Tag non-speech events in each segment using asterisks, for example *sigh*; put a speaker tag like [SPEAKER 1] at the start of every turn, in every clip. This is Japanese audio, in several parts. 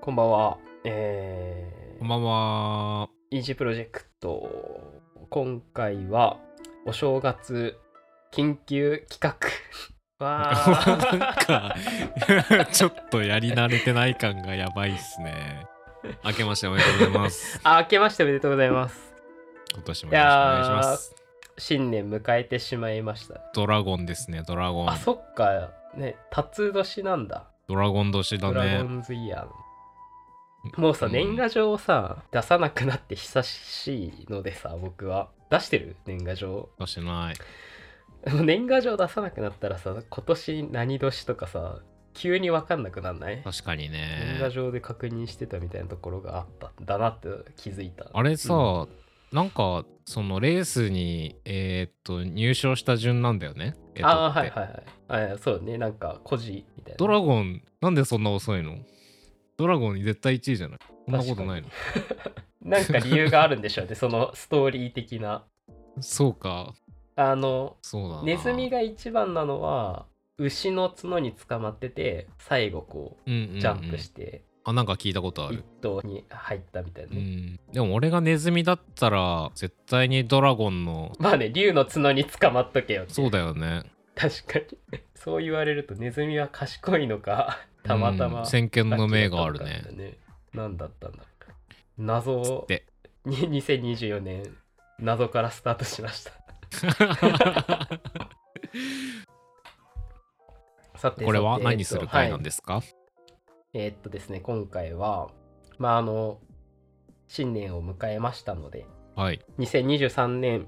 [SPEAKER 1] こんばんは。え
[SPEAKER 2] こんばんは。
[SPEAKER 1] ー、イージープロジェクト。今回は、お正月緊急企画。
[SPEAKER 2] *laughs*
[SPEAKER 1] わ
[SPEAKER 2] なんか、 *laughs* ちょっとやり慣れてない感がやばいっすね。明けましておめでとうござい
[SPEAKER 1] *laughs*
[SPEAKER 2] ます。
[SPEAKER 1] あ、明けましておめでとうございます。
[SPEAKER 2] 今年もよろしくお願いします。
[SPEAKER 1] 新年迎えてしまいました。
[SPEAKER 2] ドラゴンですね、ドラゴン
[SPEAKER 1] あ、。そっか。ね、タツ年なんだ。
[SPEAKER 2] ドラゴン年だ
[SPEAKER 1] ドラゴ
[SPEAKER 2] ね。
[SPEAKER 1] ンズイヤーの。もうさ、
[SPEAKER 2] うん
[SPEAKER 1] 年賀状をさ、出さなくなって久しいのでさ、僕は。出してる年賀状。
[SPEAKER 2] 出してない。
[SPEAKER 1] *laughs* 年賀状出さなくなったらさ今年何年とかさ急に分かんなくなんない、
[SPEAKER 2] 確かに
[SPEAKER 1] 年
[SPEAKER 2] ね
[SPEAKER 1] 賀。状で確認してたみたいなところがあったんだなって気づいた
[SPEAKER 2] あれさ、
[SPEAKER 1] う
[SPEAKER 2] なんか、そのレースに、えーっと、入賞した順なんだよね。えっと
[SPEAKER 1] ああはいはいはいあそうねなんか孤児みたいな
[SPEAKER 2] ドラゴン、なんでそんな遅いのドラゴン絶対1位じゃない。そんなことないの。
[SPEAKER 1] なんか理由があるんでしょうねそのストーリー的な
[SPEAKER 2] そうか、
[SPEAKER 1] あの
[SPEAKER 2] そうだな。
[SPEAKER 1] ネズミが一番なのは牛の角に捕まってて最後こ
[SPEAKER 2] うんうんう
[SPEAKER 1] うんジャンプして
[SPEAKER 2] あなんか聞いたことあ
[SPEAKER 1] 一
[SPEAKER 2] る、
[SPEAKER 1] 頭に入ったみたいな
[SPEAKER 2] う
[SPEAKER 1] ね、
[SPEAKER 2] ん、でも俺がネズミだったら絶対にドラゴンの
[SPEAKER 1] まあね竜の角に捕まっとけよって
[SPEAKER 2] そうだよね
[SPEAKER 1] 確かに *laughs* そう言われるとネズミは賢いのかたまたま、
[SPEAKER 2] うん先見の明がある
[SPEAKER 1] ラッキー
[SPEAKER 2] ね
[SPEAKER 1] だったんだ何だったんだ謎
[SPEAKER 2] つ
[SPEAKER 1] を
[SPEAKER 2] って
[SPEAKER 1] に2024年謎からスタートしま
[SPEAKER 2] *laughs*
[SPEAKER 1] したさて
[SPEAKER 2] これは
[SPEAKER 1] さて
[SPEAKER 2] 何する回なん
[SPEAKER 1] で
[SPEAKER 2] ですか、
[SPEAKER 1] えーっとですね今回はまああの新年を迎えましたので
[SPEAKER 2] はい、
[SPEAKER 1] 2023年、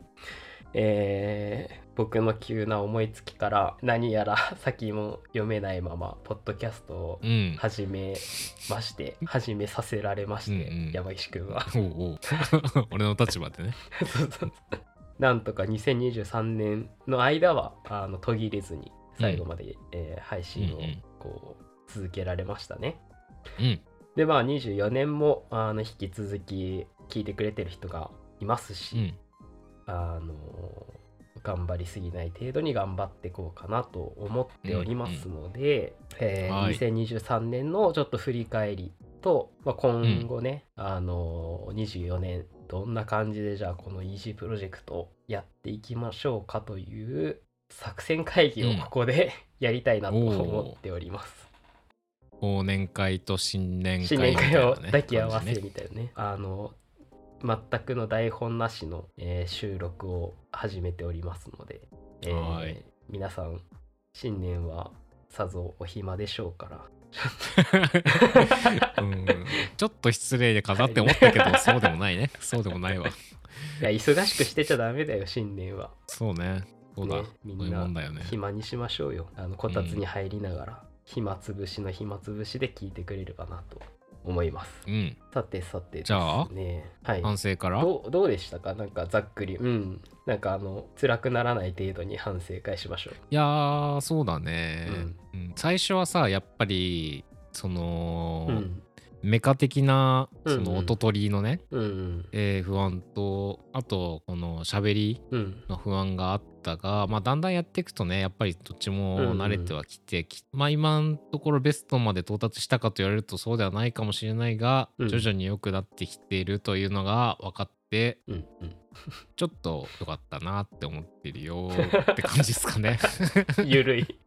[SPEAKER 1] えー僕の急な思いつきから何やら *laughs* 先も読めないままポッドキャストを
[SPEAKER 2] うん
[SPEAKER 1] 始めまして、始めさせられまして、
[SPEAKER 2] うんうん
[SPEAKER 1] 山岸くんは *laughs*
[SPEAKER 2] おうおう *laughs* 俺の立場でね
[SPEAKER 1] そうそうなんとか2023年の間はあの途切れずに最後まで、えー配信を
[SPEAKER 2] うんうん
[SPEAKER 1] こう続けられましたね。
[SPEAKER 2] うん
[SPEAKER 1] でまあ24年もあの引き続き聞いてくれてる人がいますし、
[SPEAKER 2] うん
[SPEAKER 1] あの頑張りすぎない程度に頑張っていこうかなと思っておりますので、えー
[SPEAKER 2] はい
[SPEAKER 1] 2023年のちょっと振り返りと、まあ、今後ね、あの24年どんな感じでじゃあこの EG プロジェクトをやっていきましょうかという作戦会議をここで、 *laughs* やりたいなと思っております。
[SPEAKER 2] 忘年会と新年会
[SPEAKER 1] 新
[SPEAKER 2] みたい
[SPEAKER 1] 年
[SPEAKER 2] な、ね、
[SPEAKER 1] 会を抱き合わせ
[SPEAKER 2] 感じ
[SPEAKER 1] みたいなねあの全くの台本なしの、えー収録を始めておりますので、えー
[SPEAKER 2] はい
[SPEAKER 1] 皆さん新年はさぞお暇でしょうから
[SPEAKER 2] ね *laughs* うん、ちょっと失礼で飾って思ったけど、そうでもないねそうでもないわ
[SPEAKER 1] いや忙しくしてちゃダメだよ新年は、
[SPEAKER 2] そうねそうだ、
[SPEAKER 1] ねみ
[SPEAKER 2] そう
[SPEAKER 1] ん
[SPEAKER 2] いうも
[SPEAKER 1] なん
[SPEAKER 2] だよね
[SPEAKER 1] 暇にしましょうよあのこたつに入りながら、暇つぶしの暇つぶしで聞いてくれればなと思います
[SPEAKER 2] うん
[SPEAKER 1] さてさてですね
[SPEAKER 2] じゃあ
[SPEAKER 1] はい
[SPEAKER 2] 反省から
[SPEAKER 1] どうどうでしたかなんかざっくりうんなんかあの辛くならない程度に反省会しましょ
[SPEAKER 2] いやーそうだね、うん最初はさやっぱりその
[SPEAKER 1] う、うん
[SPEAKER 2] メカ的な
[SPEAKER 1] うん
[SPEAKER 2] そ
[SPEAKER 1] うん
[SPEAKER 2] の音取りのね、
[SPEAKER 1] うん
[SPEAKER 2] えー不安とあとこの喋り
[SPEAKER 1] うん
[SPEAKER 2] の不安があったが、まあ、だんだんやっていくとねやっぱりどっちも
[SPEAKER 1] うんうん
[SPEAKER 2] 慣れてはきて、きまあ今のところベストまで到達したかと言われるとそうではないかもしれないが、
[SPEAKER 1] うん
[SPEAKER 2] 徐々に良くなってきているというのが分かって
[SPEAKER 1] うんうん
[SPEAKER 2] ちょっと良かったなって思ってるよって感じですか
[SPEAKER 1] *laughs*
[SPEAKER 2] ね。
[SPEAKER 1] ゆ *laughs* るい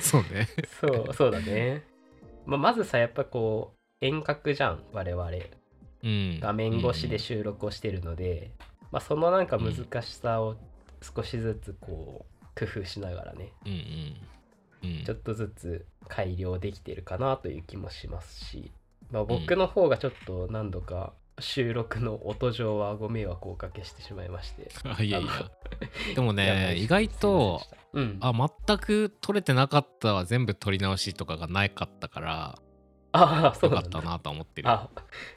[SPEAKER 2] そうね。
[SPEAKER 1] そうそうだね、まあ、まずさやっぱこう遠隔じゃん我々
[SPEAKER 2] うん、
[SPEAKER 1] 画面越し
[SPEAKER 2] うん
[SPEAKER 1] で収録をしてるので、まあ、そのなんか難しさを少しずつこう工夫しながらね
[SPEAKER 2] うんうんうん
[SPEAKER 1] ちょっとずつ改良できてるかなという気もしますし、まあ、僕の方がちょっと何度か収録の音上はご迷惑をおかけしてしまいまして。
[SPEAKER 2] あいやいや
[SPEAKER 1] あ *laughs*
[SPEAKER 2] でも
[SPEAKER 1] やば
[SPEAKER 2] ね
[SPEAKER 1] い
[SPEAKER 2] 意外と
[SPEAKER 1] すいませんでしたうん、あ
[SPEAKER 2] あ全く取れてなかったは全部取り直しとかがなかったから
[SPEAKER 1] あ、そ
[SPEAKER 2] よ
[SPEAKER 1] う
[SPEAKER 2] か
[SPEAKER 1] なん
[SPEAKER 2] っ
[SPEAKER 1] だ
[SPEAKER 2] たなとは思ってる
[SPEAKER 1] あ、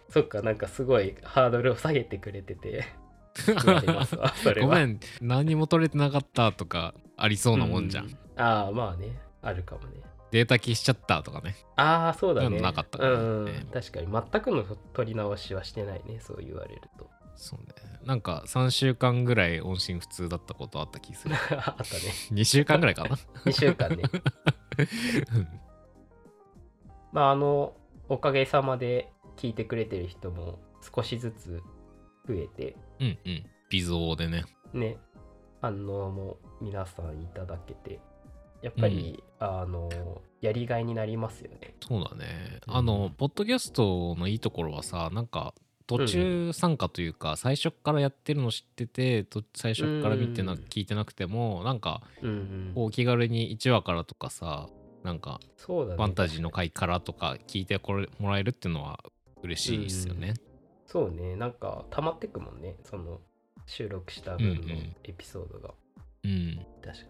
[SPEAKER 1] そっか、なんかすごいハードルを下げてくれてて、助かり
[SPEAKER 2] *laughs*
[SPEAKER 1] ますわ、それは。
[SPEAKER 2] ごめん何も取れてなかったとかありそうなもんじゃん、
[SPEAKER 1] うああ、まあね、あるかもね。
[SPEAKER 2] データ消しちゃったとかね
[SPEAKER 1] ああ、そうだ
[SPEAKER 2] そうい
[SPEAKER 1] ね。
[SPEAKER 2] うのなかったからね
[SPEAKER 1] うんうん、確かに、全くの取り直しはしてないね、そう言われると。 *laughs*
[SPEAKER 2] そうねなんか3週間ぐらい音信不通だったことあった気
[SPEAKER 1] *laughs*
[SPEAKER 2] する
[SPEAKER 1] あったね、
[SPEAKER 2] 2週間ぐらいかな
[SPEAKER 1] 2週間ね。
[SPEAKER 2] うん
[SPEAKER 1] まああのおかげさまで聞いてくれてる人も少しずつ増えて、
[SPEAKER 2] うんうん。微増でね。
[SPEAKER 1] ね、反応も皆さんいただけて、やっぱり、あの、やりがいになりますよね。
[SPEAKER 2] そうだね。
[SPEAKER 1] うん
[SPEAKER 2] あの、ポッドキャストのいいところはさ、なんか、途中参加というか、最初っからやってるの知ってて、と最初っから見てな、
[SPEAKER 1] うん
[SPEAKER 2] 聞いてなくても、なんか、
[SPEAKER 1] うんうん。
[SPEAKER 2] こうお気軽に1話からとかさ、なんか、
[SPEAKER 1] そうだね。
[SPEAKER 2] ファンタジーの回からとか聞いてこれもらえるっていうのは嬉しいですよね。
[SPEAKER 1] そうね、なんか溜まってくもんね、その収録した
[SPEAKER 2] うんう
[SPEAKER 1] 分の
[SPEAKER 2] ん
[SPEAKER 1] エピソードが。
[SPEAKER 2] うん。
[SPEAKER 1] 確かに。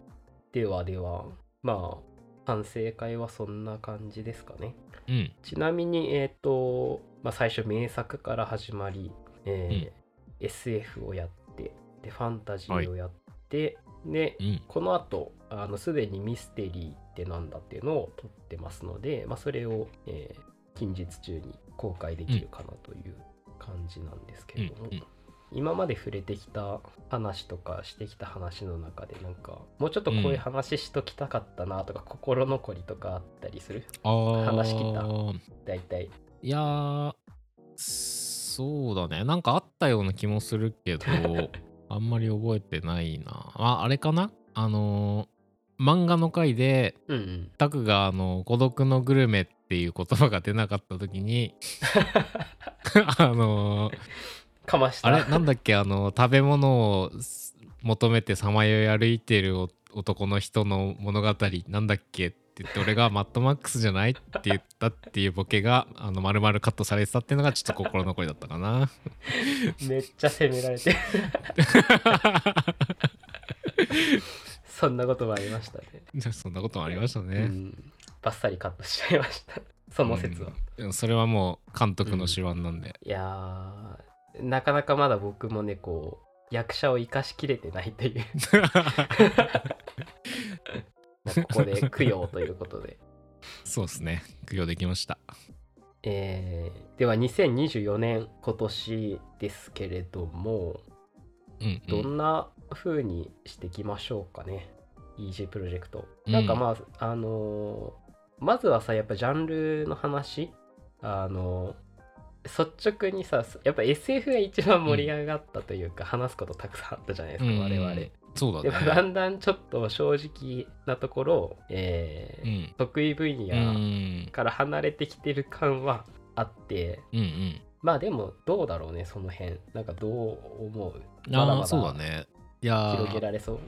[SPEAKER 1] ではでは、まあ、反省会はそんな感じですかね。
[SPEAKER 2] うん。
[SPEAKER 1] ちなみに、えっ、と、まあ、最初名作から始まり、えー SF をやって、で、ファンタジーをやって、で
[SPEAKER 2] う、ん。
[SPEAKER 1] この後、あの、すでにミステリーってなんだっていうのを撮ってますので、まあ、それを、えー近日中に公開できるかなという感じなんですけ
[SPEAKER 2] う
[SPEAKER 1] れ
[SPEAKER 2] ん
[SPEAKER 1] ども、
[SPEAKER 2] うん。
[SPEAKER 1] 今まで触れてきた話とかしてきた話の中でなんかもうちょっとこういう話しときたかったなとか、心残りとかあったりする
[SPEAKER 2] あー
[SPEAKER 1] 話聞いた大体
[SPEAKER 2] いやーそうだねなんかあったような気もするけどあんまり覚えてないなああれかなあのー漫画の回で
[SPEAKER 1] うんうん
[SPEAKER 2] タクがあの「孤独のグルメ」っていう言葉が出なかった時にあのー
[SPEAKER 1] かました
[SPEAKER 2] あれなんだっけあの食べ物を求めてさまよい歩いてるお男の人の物語なんだっけって言って俺が「マッドマックスじゃない?」って言ったっていうボケがあの丸々カットされてたっていうのがちょっと心残りだったかな
[SPEAKER 1] めっちゃ責められ
[SPEAKER 2] *laughs*
[SPEAKER 1] てそんなこともありましたね
[SPEAKER 2] じゃあそんなこともありました
[SPEAKER 1] う
[SPEAKER 2] ね、
[SPEAKER 1] んバッサリカットしちゃいましたその説は、
[SPEAKER 2] うんそれはもう監督の手腕なんで、
[SPEAKER 1] いやーなかなかまだ僕もねこう役者を生かしきれてない
[SPEAKER 2] *laughs*
[SPEAKER 1] というまあここで供養ということで
[SPEAKER 2] そうですね供養できました
[SPEAKER 1] えーでは2024年今年ですけれども
[SPEAKER 2] うん、う
[SPEAKER 1] ど
[SPEAKER 2] ん、
[SPEAKER 1] んな風にしていきましょうかね、EG プロジェクト
[SPEAKER 2] うん
[SPEAKER 1] なんかまあ、あのーまずはさやっぱジャンルの話あのー率直にさやっぱ SF が一番盛り上がったというか、話すことたくさんあったじゃないですか、
[SPEAKER 2] うん
[SPEAKER 1] 我々で
[SPEAKER 2] そう
[SPEAKER 1] もだ
[SPEAKER 2] だね
[SPEAKER 1] んだんちょっと正直なところ、えー
[SPEAKER 2] うん
[SPEAKER 1] 得意分
[SPEAKER 2] う
[SPEAKER 1] 野
[SPEAKER 2] ん
[SPEAKER 1] から離れてきてる感はあって、
[SPEAKER 2] うんうん
[SPEAKER 1] まあでもどうだろうねその辺なんかどう思う
[SPEAKER 2] あ
[SPEAKER 1] まだまだ
[SPEAKER 2] ーそうだねいやー
[SPEAKER 1] 広げられそう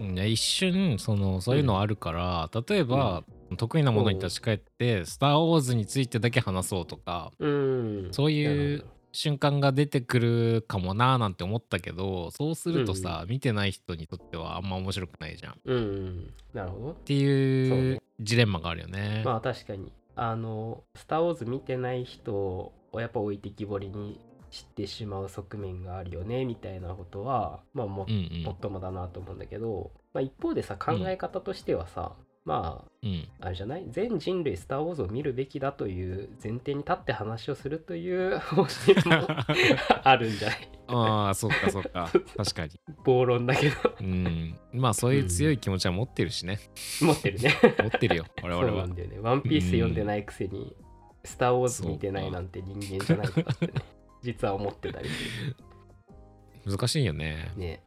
[SPEAKER 2] うんね一瞬そのそういうのあるから、例えば、得意なものに立ち返って「スター・ウォーズ」についてだけ話そうとか
[SPEAKER 1] うん
[SPEAKER 2] そういう
[SPEAKER 1] なるほ
[SPEAKER 2] 瞬間が出てくるかもなーなんて思ったけどそうするとさ、見てない人にとってはあんま面白くないじゃんっ
[SPEAKER 1] どうんうんなるほどそ
[SPEAKER 2] て
[SPEAKER 1] う
[SPEAKER 2] いう
[SPEAKER 1] ね
[SPEAKER 2] ジレンマがあるよね。
[SPEAKER 1] まあ確かにあの「スター・ウォーズ」見てない人をやっぱ置いてきぼりにしてしまう側面があるよねみたいなことはまあも,、
[SPEAKER 2] うんうん
[SPEAKER 1] もっともだなと思うんだけど、まあ、一方でさ考え方としてはさ、まあ
[SPEAKER 2] うん *laughs*
[SPEAKER 1] あれじゃない全人類「スター・ウォーズ」を見るべきだという前提に立って話をするという方針
[SPEAKER 2] *laughs*
[SPEAKER 1] もあるんじゃない *laughs*
[SPEAKER 2] ああそっかそっか確かに、
[SPEAKER 1] 暴論だけど
[SPEAKER 2] うん、まあそういう強い気持ちは持ってるしね、
[SPEAKER 1] 持ってるね
[SPEAKER 2] 持ってるよ我
[SPEAKER 1] そう
[SPEAKER 2] 々
[SPEAKER 1] な
[SPEAKER 2] は
[SPEAKER 1] んだよね「ワンピース読んでないくせに「スター・ウォーズ」見てないなんて人間じゃないとか *laughs* ってね実は思ってたりす
[SPEAKER 2] 難しいよね
[SPEAKER 1] るね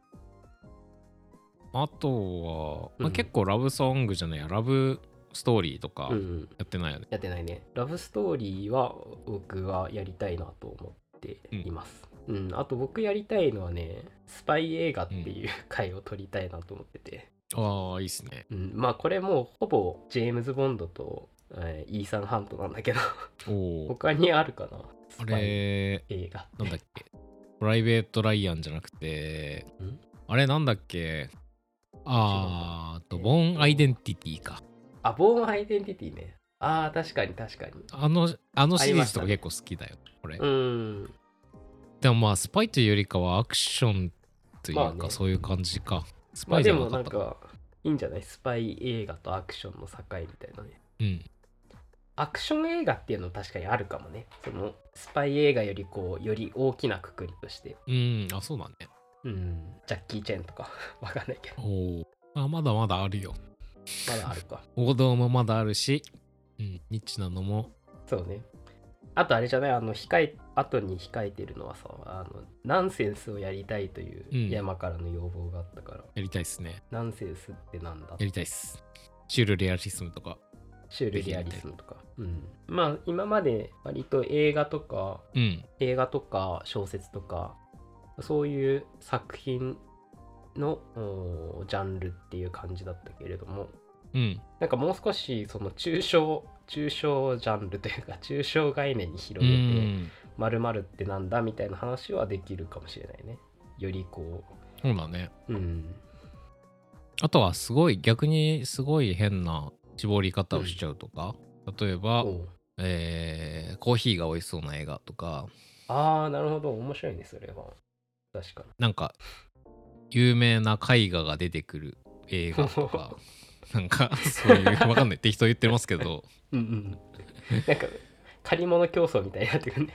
[SPEAKER 2] あとは、
[SPEAKER 1] う
[SPEAKER 2] まあ、
[SPEAKER 1] ん
[SPEAKER 2] 結構ラブソングじゃないや、ラブストーリーとか
[SPEAKER 1] うんうん
[SPEAKER 2] やってないよね。
[SPEAKER 1] やってないねラブストーリーは僕はやりたいなと思っていますうん、あと僕やりたいのはねスパイ映画っていう回を撮りたいなと思ってて、
[SPEAKER 2] ああ、いいっすね。
[SPEAKER 1] うん、まあこれもうほぼジェームズ・ボンドと、えーイーサン・ハントなんだけど
[SPEAKER 2] おお。
[SPEAKER 1] 他にあるかな
[SPEAKER 2] あ
[SPEAKER 1] スパイ
[SPEAKER 2] れ、
[SPEAKER 1] 映画
[SPEAKER 2] なんだっけ。プライベート・ライアンじゃなくて
[SPEAKER 1] ん、
[SPEAKER 2] あれ、なんだっけ。あーあと、
[SPEAKER 1] えっと
[SPEAKER 2] ボーン・アイデンティティか。
[SPEAKER 1] あボーン・アイデンティティねああ確かに確かに
[SPEAKER 2] あの、あのシリーズと
[SPEAKER 1] あ
[SPEAKER 2] か
[SPEAKER 1] り
[SPEAKER 2] 結構好きだよ、これ
[SPEAKER 1] う。ん
[SPEAKER 2] でもまあ、スパイというよりかはアクションというか、
[SPEAKER 1] まあね
[SPEAKER 2] そういう感じか。ス
[SPEAKER 1] ま
[SPEAKER 2] パ
[SPEAKER 1] あ
[SPEAKER 2] イじ
[SPEAKER 1] で
[SPEAKER 2] ゃ
[SPEAKER 1] も
[SPEAKER 2] なか
[SPEAKER 1] な
[SPEAKER 2] っ
[SPEAKER 1] ん
[SPEAKER 2] た。
[SPEAKER 1] かいいんじゃないスパイ映画とアクションの境みたいなね
[SPEAKER 2] うん。
[SPEAKER 1] アクション映画っていうのも確かにあるかもねそのスパイ映画よりこうより大きなくくりとして
[SPEAKER 2] うん、あ、そうだね。
[SPEAKER 1] うんジャッキー・チェンとか *laughs* わかんないけど
[SPEAKER 2] おお。あ、まだまだあるよ。
[SPEAKER 1] まだあるか
[SPEAKER 2] 王道もまだあるし、うん、ニッチなのも
[SPEAKER 1] そうねあとあれじゃないあの控え後に控えてるのはさあのナンセンスをやりたいという山からの要望があったから、
[SPEAKER 2] やりたいっすね。
[SPEAKER 1] ナンセンスってなんだ
[SPEAKER 2] やりたいっす。シュールレアリスムとか。
[SPEAKER 1] シュールリアリスムとか、うん、まあ今まで割と映画とか
[SPEAKER 2] うん。
[SPEAKER 1] 映画とか小説とかそういう作品のおージャンルっていう感じだったけれども
[SPEAKER 2] うん。
[SPEAKER 1] なんかもう少しその抽象抽象ジャンルというか抽象概念に
[SPEAKER 2] う
[SPEAKER 1] 広げて
[SPEAKER 2] ん。
[SPEAKER 1] まるってなんだみたいな話はできるかもしれないねよりこ
[SPEAKER 2] そうだね。
[SPEAKER 1] ううん
[SPEAKER 2] あとはすごい逆にすごい変な絞り方をしちゃうとか、例えば、
[SPEAKER 1] おう
[SPEAKER 2] えーコーヒーが美味しそうな映画とか
[SPEAKER 1] ああなるほど面白いねそれは確かに
[SPEAKER 2] なんか有名な絵画が出てくる映画
[SPEAKER 1] *laughs*
[SPEAKER 2] とかなんかそういうわかんない適当言ってますけ
[SPEAKER 1] *laughs*
[SPEAKER 2] ど
[SPEAKER 1] うんうん。なんか、借り物競争みたいになってくるね。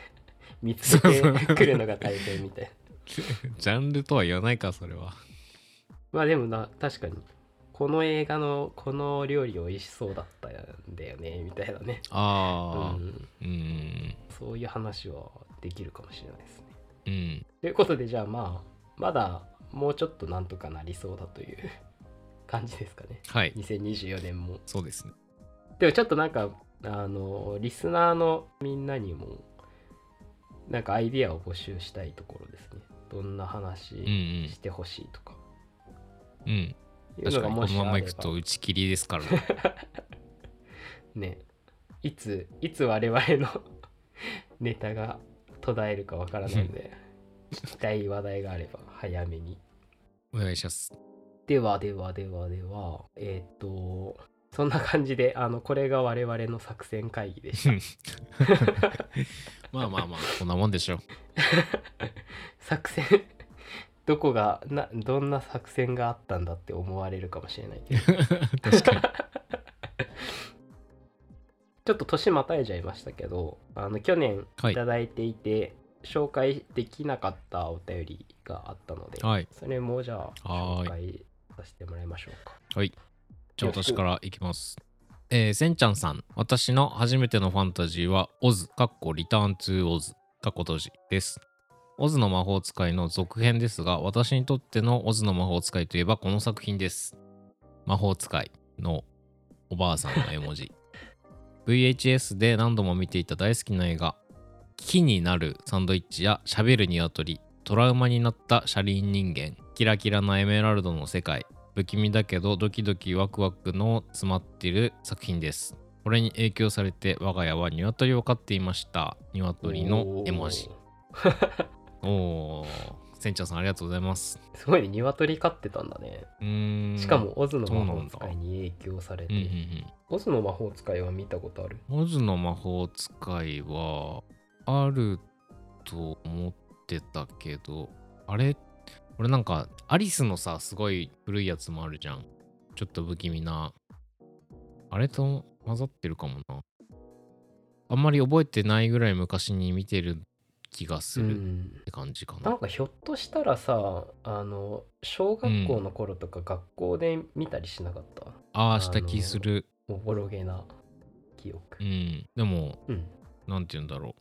[SPEAKER 1] 見つけてくるのが大変みたいな。
[SPEAKER 2] ジャンルとは言わないかそれは
[SPEAKER 1] まあでもな、確かに。この映画のこの料理美味しそうだったんだよねみたいなね、う
[SPEAKER 2] ああ
[SPEAKER 1] ん、
[SPEAKER 2] うん
[SPEAKER 1] そういう話はできるかもしれないですね。
[SPEAKER 2] うん
[SPEAKER 1] ということでじゃあまあまだもうちょっとなんとかなりそうだという *laughs* 感じですかね
[SPEAKER 2] はい
[SPEAKER 1] 2024年も。
[SPEAKER 2] そうですね
[SPEAKER 1] でもちょっとなんかあのリスナーのみんなにもなんかアイディアを募集したいところですねどんな
[SPEAKER 2] うんう
[SPEAKER 1] 話
[SPEAKER 2] ん
[SPEAKER 1] してほしいとか
[SPEAKER 2] うん
[SPEAKER 1] いう
[SPEAKER 2] 確
[SPEAKER 1] のが
[SPEAKER 2] かにこ
[SPEAKER 1] も
[SPEAKER 2] の
[SPEAKER 1] し
[SPEAKER 2] まん
[SPEAKER 1] あ
[SPEAKER 2] ま
[SPEAKER 1] れ
[SPEAKER 2] いくと
[SPEAKER 1] ば
[SPEAKER 2] 打ち切りですから *laughs*
[SPEAKER 1] ね
[SPEAKER 2] ね
[SPEAKER 1] いついつ我々の *laughs* ネタが途絶えるかわからないので聞きたい話題があれば早めに
[SPEAKER 2] お願いします
[SPEAKER 1] ではではではではえーっとそんな感じであのこれが我々の作戦会議でした
[SPEAKER 2] まあまあまあこんなもんでしょう
[SPEAKER 1] 作戦 *laughs* どこがなどんな作戦があったんだって思われるかもしれないけど
[SPEAKER 2] 確かに
[SPEAKER 1] ちょっと年またいじゃいましたけどあの去年
[SPEAKER 2] はい
[SPEAKER 1] いただいていて、紹介できなかったお便りがあったので、
[SPEAKER 2] はい
[SPEAKER 1] それもじゃあ
[SPEAKER 2] はーい
[SPEAKER 1] 紹介させてもらいましょうか
[SPEAKER 2] じゃあ私からいきます。えー、せんちゃんさん、私の初めてのファンタジーは、オズ、かっこリターンツーオズ、かっこ閉じです。オズの魔法使いの続編ですが、私にとってのオズの魔法使いといえばこの作品です。魔法使いのおばあさんの絵文字。VHS で何度も見ていた大好きな映画、木になるサンドイッチや喋る鶏、トラウマになった車輪人間、キラキラなエメラルドの世界、不気味だけどドキドキワクワクの詰まっている作品です。これに影響されて我が家は鶏を飼っていました。鶏の絵文字。おおー、せんちゃんさんありがとうございます。
[SPEAKER 1] すごいね鶏飼ってたんだね、
[SPEAKER 2] うーん。
[SPEAKER 1] しかもオズの
[SPEAKER 2] そうな
[SPEAKER 1] 魔
[SPEAKER 2] んだ
[SPEAKER 1] 法使いに影響され
[SPEAKER 2] う
[SPEAKER 1] て、
[SPEAKER 2] んうん
[SPEAKER 1] オズの魔法使いは見たことある
[SPEAKER 2] うん、オズの魔法使いはあると思ってたけど、あれ俺なんかアリスのさ、すごい古いやつもあるじゃん。ちょっと不気味な。あれと混ざってるかもな。あんまり覚えてないぐらい昔に見てる気がす
[SPEAKER 1] う
[SPEAKER 2] るっ
[SPEAKER 1] ん
[SPEAKER 2] て感じかな。
[SPEAKER 1] なんかひょっとしたらさあの小学校の頃とか学校で見たりしなかった、
[SPEAKER 2] あ
[SPEAKER 1] あ
[SPEAKER 2] あ、した気
[SPEAKER 1] の
[SPEAKER 2] する。
[SPEAKER 1] おぼろげな記憶
[SPEAKER 2] うん。でも、
[SPEAKER 1] うん
[SPEAKER 2] なんて言うんだろ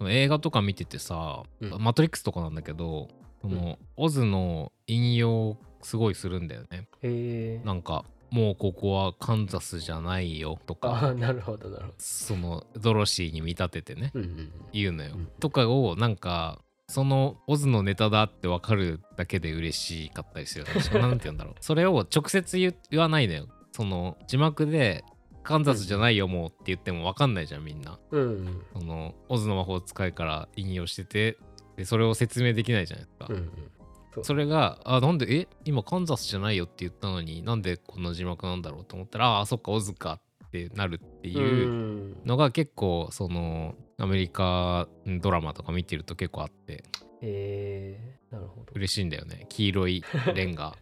[SPEAKER 2] う映画とか見ててさ「
[SPEAKER 1] うん
[SPEAKER 2] マトリックス」とかなんだけどその、オズの引用すごいするんだよね
[SPEAKER 1] へえ
[SPEAKER 2] なんかもうここはカンザスじゃないよと
[SPEAKER 1] あ
[SPEAKER 2] か
[SPEAKER 1] あなるほどなるほど
[SPEAKER 2] そのドロシーに見立ててね
[SPEAKER 1] うんうん
[SPEAKER 2] 言うのよ、
[SPEAKER 1] うん
[SPEAKER 2] とかをなんかそのオズのネタだってわかるだけで嬉しかったり
[SPEAKER 1] *laughs*
[SPEAKER 2] するよねそのなんて言うんだろうそれを直接言う言わないのよその字幕で「カンザスじゃないよもう」って言ってもわかんないじゃんみんな
[SPEAKER 1] うんうん
[SPEAKER 2] そのオズの魔法使いから引用しててでそれを説明できないじゃないですか、
[SPEAKER 1] うんうん
[SPEAKER 2] それがあなんでえ今カンザスじゃないよって言ったのになんでこの字幕なんだろうと思ったらああそっかオズかってなるって
[SPEAKER 1] う
[SPEAKER 2] いうんのが結構そのアメリカドラマとか見てると結構あって
[SPEAKER 1] へえなるほど
[SPEAKER 2] 嬉しいんだよね黄色いレンガ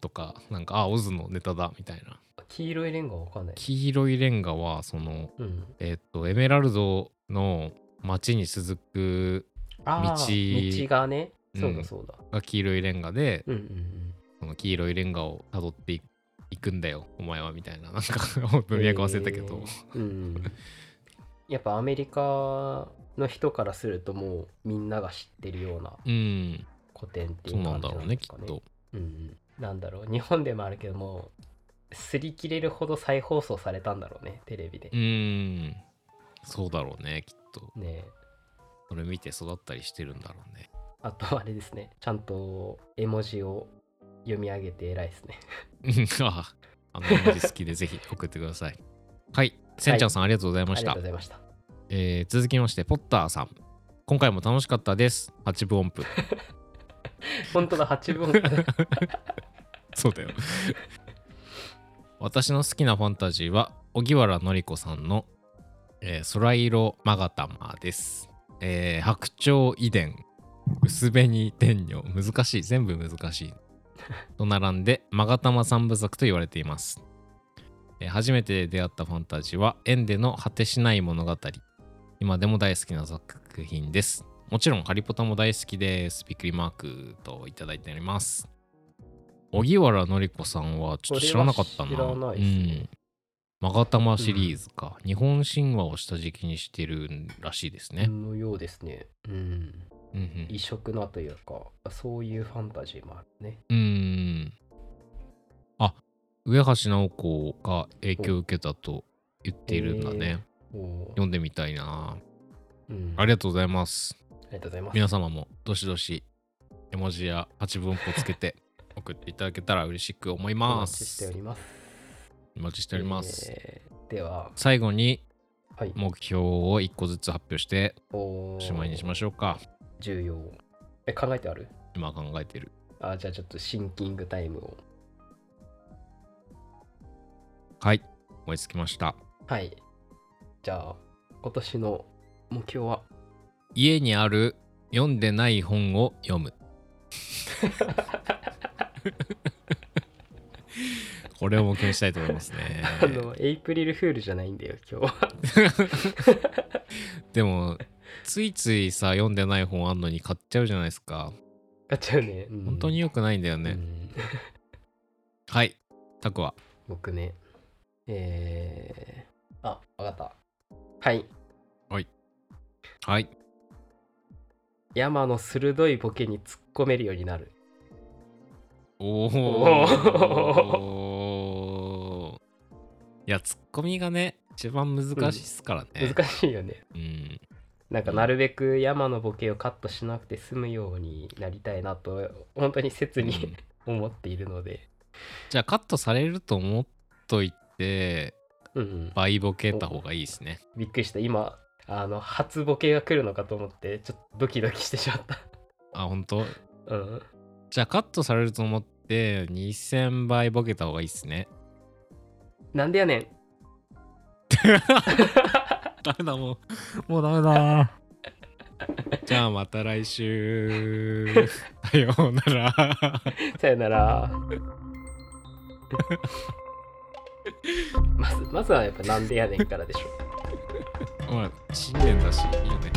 [SPEAKER 2] とかなんかあオズのネタだみたいな
[SPEAKER 1] 黄色いレンガわかんない
[SPEAKER 2] 黄色いレンガはその
[SPEAKER 1] うん
[SPEAKER 2] えっとエメラルドの街に続く
[SPEAKER 1] あー
[SPEAKER 2] 道
[SPEAKER 1] 道がね
[SPEAKER 2] うん
[SPEAKER 1] そうだそうだ
[SPEAKER 2] が黄色いレンガで
[SPEAKER 1] うんうんうん
[SPEAKER 2] その黄色いレンガを辿っていくんだよお前はみたいななんか文脈忘れたけど、
[SPEAKER 1] へーうんやっぱアメリカの人からするともうみんなが知ってるような
[SPEAKER 2] うん
[SPEAKER 1] 古典ってい
[SPEAKER 2] そう
[SPEAKER 1] う
[SPEAKER 2] な
[SPEAKER 1] 感じ
[SPEAKER 2] んだ
[SPEAKER 1] な
[SPEAKER 2] ろうんね
[SPEAKER 1] で
[SPEAKER 2] き
[SPEAKER 1] すか
[SPEAKER 2] っ
[SPEAKER 1] ね。
[SPEAKER 2] と
[SPEAKER 1] うん、なんだろう日本でもあるけども擦り切れるほど再放送されたんだろうねテレビで
[SPEAKER 2] う。んそうだろうねきっと
[SPEAKER 1] ねえ
[SPEAKER 2] それ見て育ったりしてるんだろうね
[SPEAKER 1] あとあれですねちゃんと絵文字を読み上げて偉いですね。
[SPEAKER 2] うん *laughs* ああの文字好きでぜひ送ってくださいはいせんちゃんさんありがとうござい
[SPEAKER 1] あ
[SPEAKER 2] ま
[SPEAKER 1] り
[SPEAKER 2] し
[SPEAKER 1] が
[SPEAKER 2] た
[SPEAKER 1] とうございました。
[SPEAKER 2] えー続きましてポッターさん今回も楽しかったです8分音符 *laughs*
[SPEAKER 1] 本当だ8分音符
[SPEAKER 2] そ
[SPEAKER 1] *laughs*
[SPEAKER 2] うだよ私の好きなファンタジーは荻原紀子さんの「えー空色マガタマ」です、えー白鳥遺伝薄紅天女難しい全部難しいと並んでマガタマ三部作と言われています、えー初めて出会ったファンタジーは縁での果てしない物語今でも大好きな作品ですもちろんハリポタも大好きですびっくりマークといただいております荻原紀子さんはちょっと知らなかったな
[SPEAKER 1] これは知らないですね
[SPEAKER 2] うんマガタマシリーズか、日本神話を下敷きにしてるらしいですね、
[SPEAKER 1] のようですね。うん。
[SPEAKER 2] うんうん
[SPEAKER 1] 異色なというかそういうファンタジーもあるね。
[SPEAKER 2] うーん。あ、上橋直子が影響を受けたと言っているんだね。
[SPEAKER 1] おー
[SPEAKER 2] 読んでみたいな。
[SPEAKER 1] うん、
[SPEAKER 2] ありがとうございます。
[SPEAKER 1] ありがとうございます。
[SPEAKER 2] 皆様もどしどし絵文字や八分音符をつけ *laughs* て送っていただけたら嬉しく思い
[SPEAKER 1] お
[SPEAKER 2] ま
[SPEAKER 1] 待ちしてお
[SPEAKER 2] す。
[SPEAKER 1] ります。
[SPEAKER 2] お待ちしております。
[SPEAKER 1] えーでは、
[SPEAKER 2] 最後に
[SPEAKER 1] はい。
[SPEAKER 2] 目標を1個ずつ発表して
[SPEAKER 1] お
[SPEAKER 2] おしまいにしましょうか。
[SPEAKER 1] 重要。え、考えてある
[SPEAKER 2] 今考えてる。
[SPEAKER 1] あ、じゃあちょっとシンキングタイムを。
[SPEAKER 2] はい、思いつきました。
[SPEAKER 1] はい。じゃあ、今年の目標は、
[SPEAKER 2] 家にある読んでない本を
[SPEAKER 1] *laughs*
[SPEAKER 2] 読むこれを目標にしたいと思いますね
[SPEAKER 1] あの、エイプリルフールじゃないんだよ、今日は。
[SPEAKER 2] でもついついさ読んでない本あんのに買っちゃうじゃないですか
[SPEAKER 1] 買っちゃうね。うん
[SPEAKER 2] 本当に良くないんだよね、
[SPEAKER 1] うん
[SPEAKER 2] はいタクは
[SPEAKER 1] 僕ね、えー、あ、わかった。はい。
[SPEAKER 2] はい
[SPEAKER 1] 山の鋭いボケに突っ込めるようになる。
[SPEAKER 2] おー
[SPEAKER 1] お
[SPEAKER 2] いやツッコミがね一番難しいっすからね、うん、
[SPEAKER 1] 難しいよね。なんかなるべく山のボケをカットしなくて済むようになりたいなと本当に切
[SPEAKER 2] う
[SPEAKER 1] に
[SPEAKER 2] ん
[SPEAKER 1] *laughs* 思っているので、
[SPEAKER 2] じゃあカットされると思っといて
[SPEAKER 1] うんうん、
[SPEAKER 2] 倍ボケた方がいいですね。
[SPEAKER 1] びっくりした今あの初ボケが来るのかと思ってちょっとドキドキしてしまった
[SPEAKER 2] あ、本当。
[SPEAKER 1] うん
[SPEAKER 2] じゃあカットされると思って2000倍ボケた方がいいですね。
[SPEAKER 1] なんでやねん
[SPEAKER 2] ダメだもう。もうダメだ。 *laughs* じゃあまた来週。さようなら。 *laughs*
[SPEAKER 1] さよならまずまずはやっぱなんでやねんからでしょ
[SPEAKER 2] まあ、新年だし、いいよね。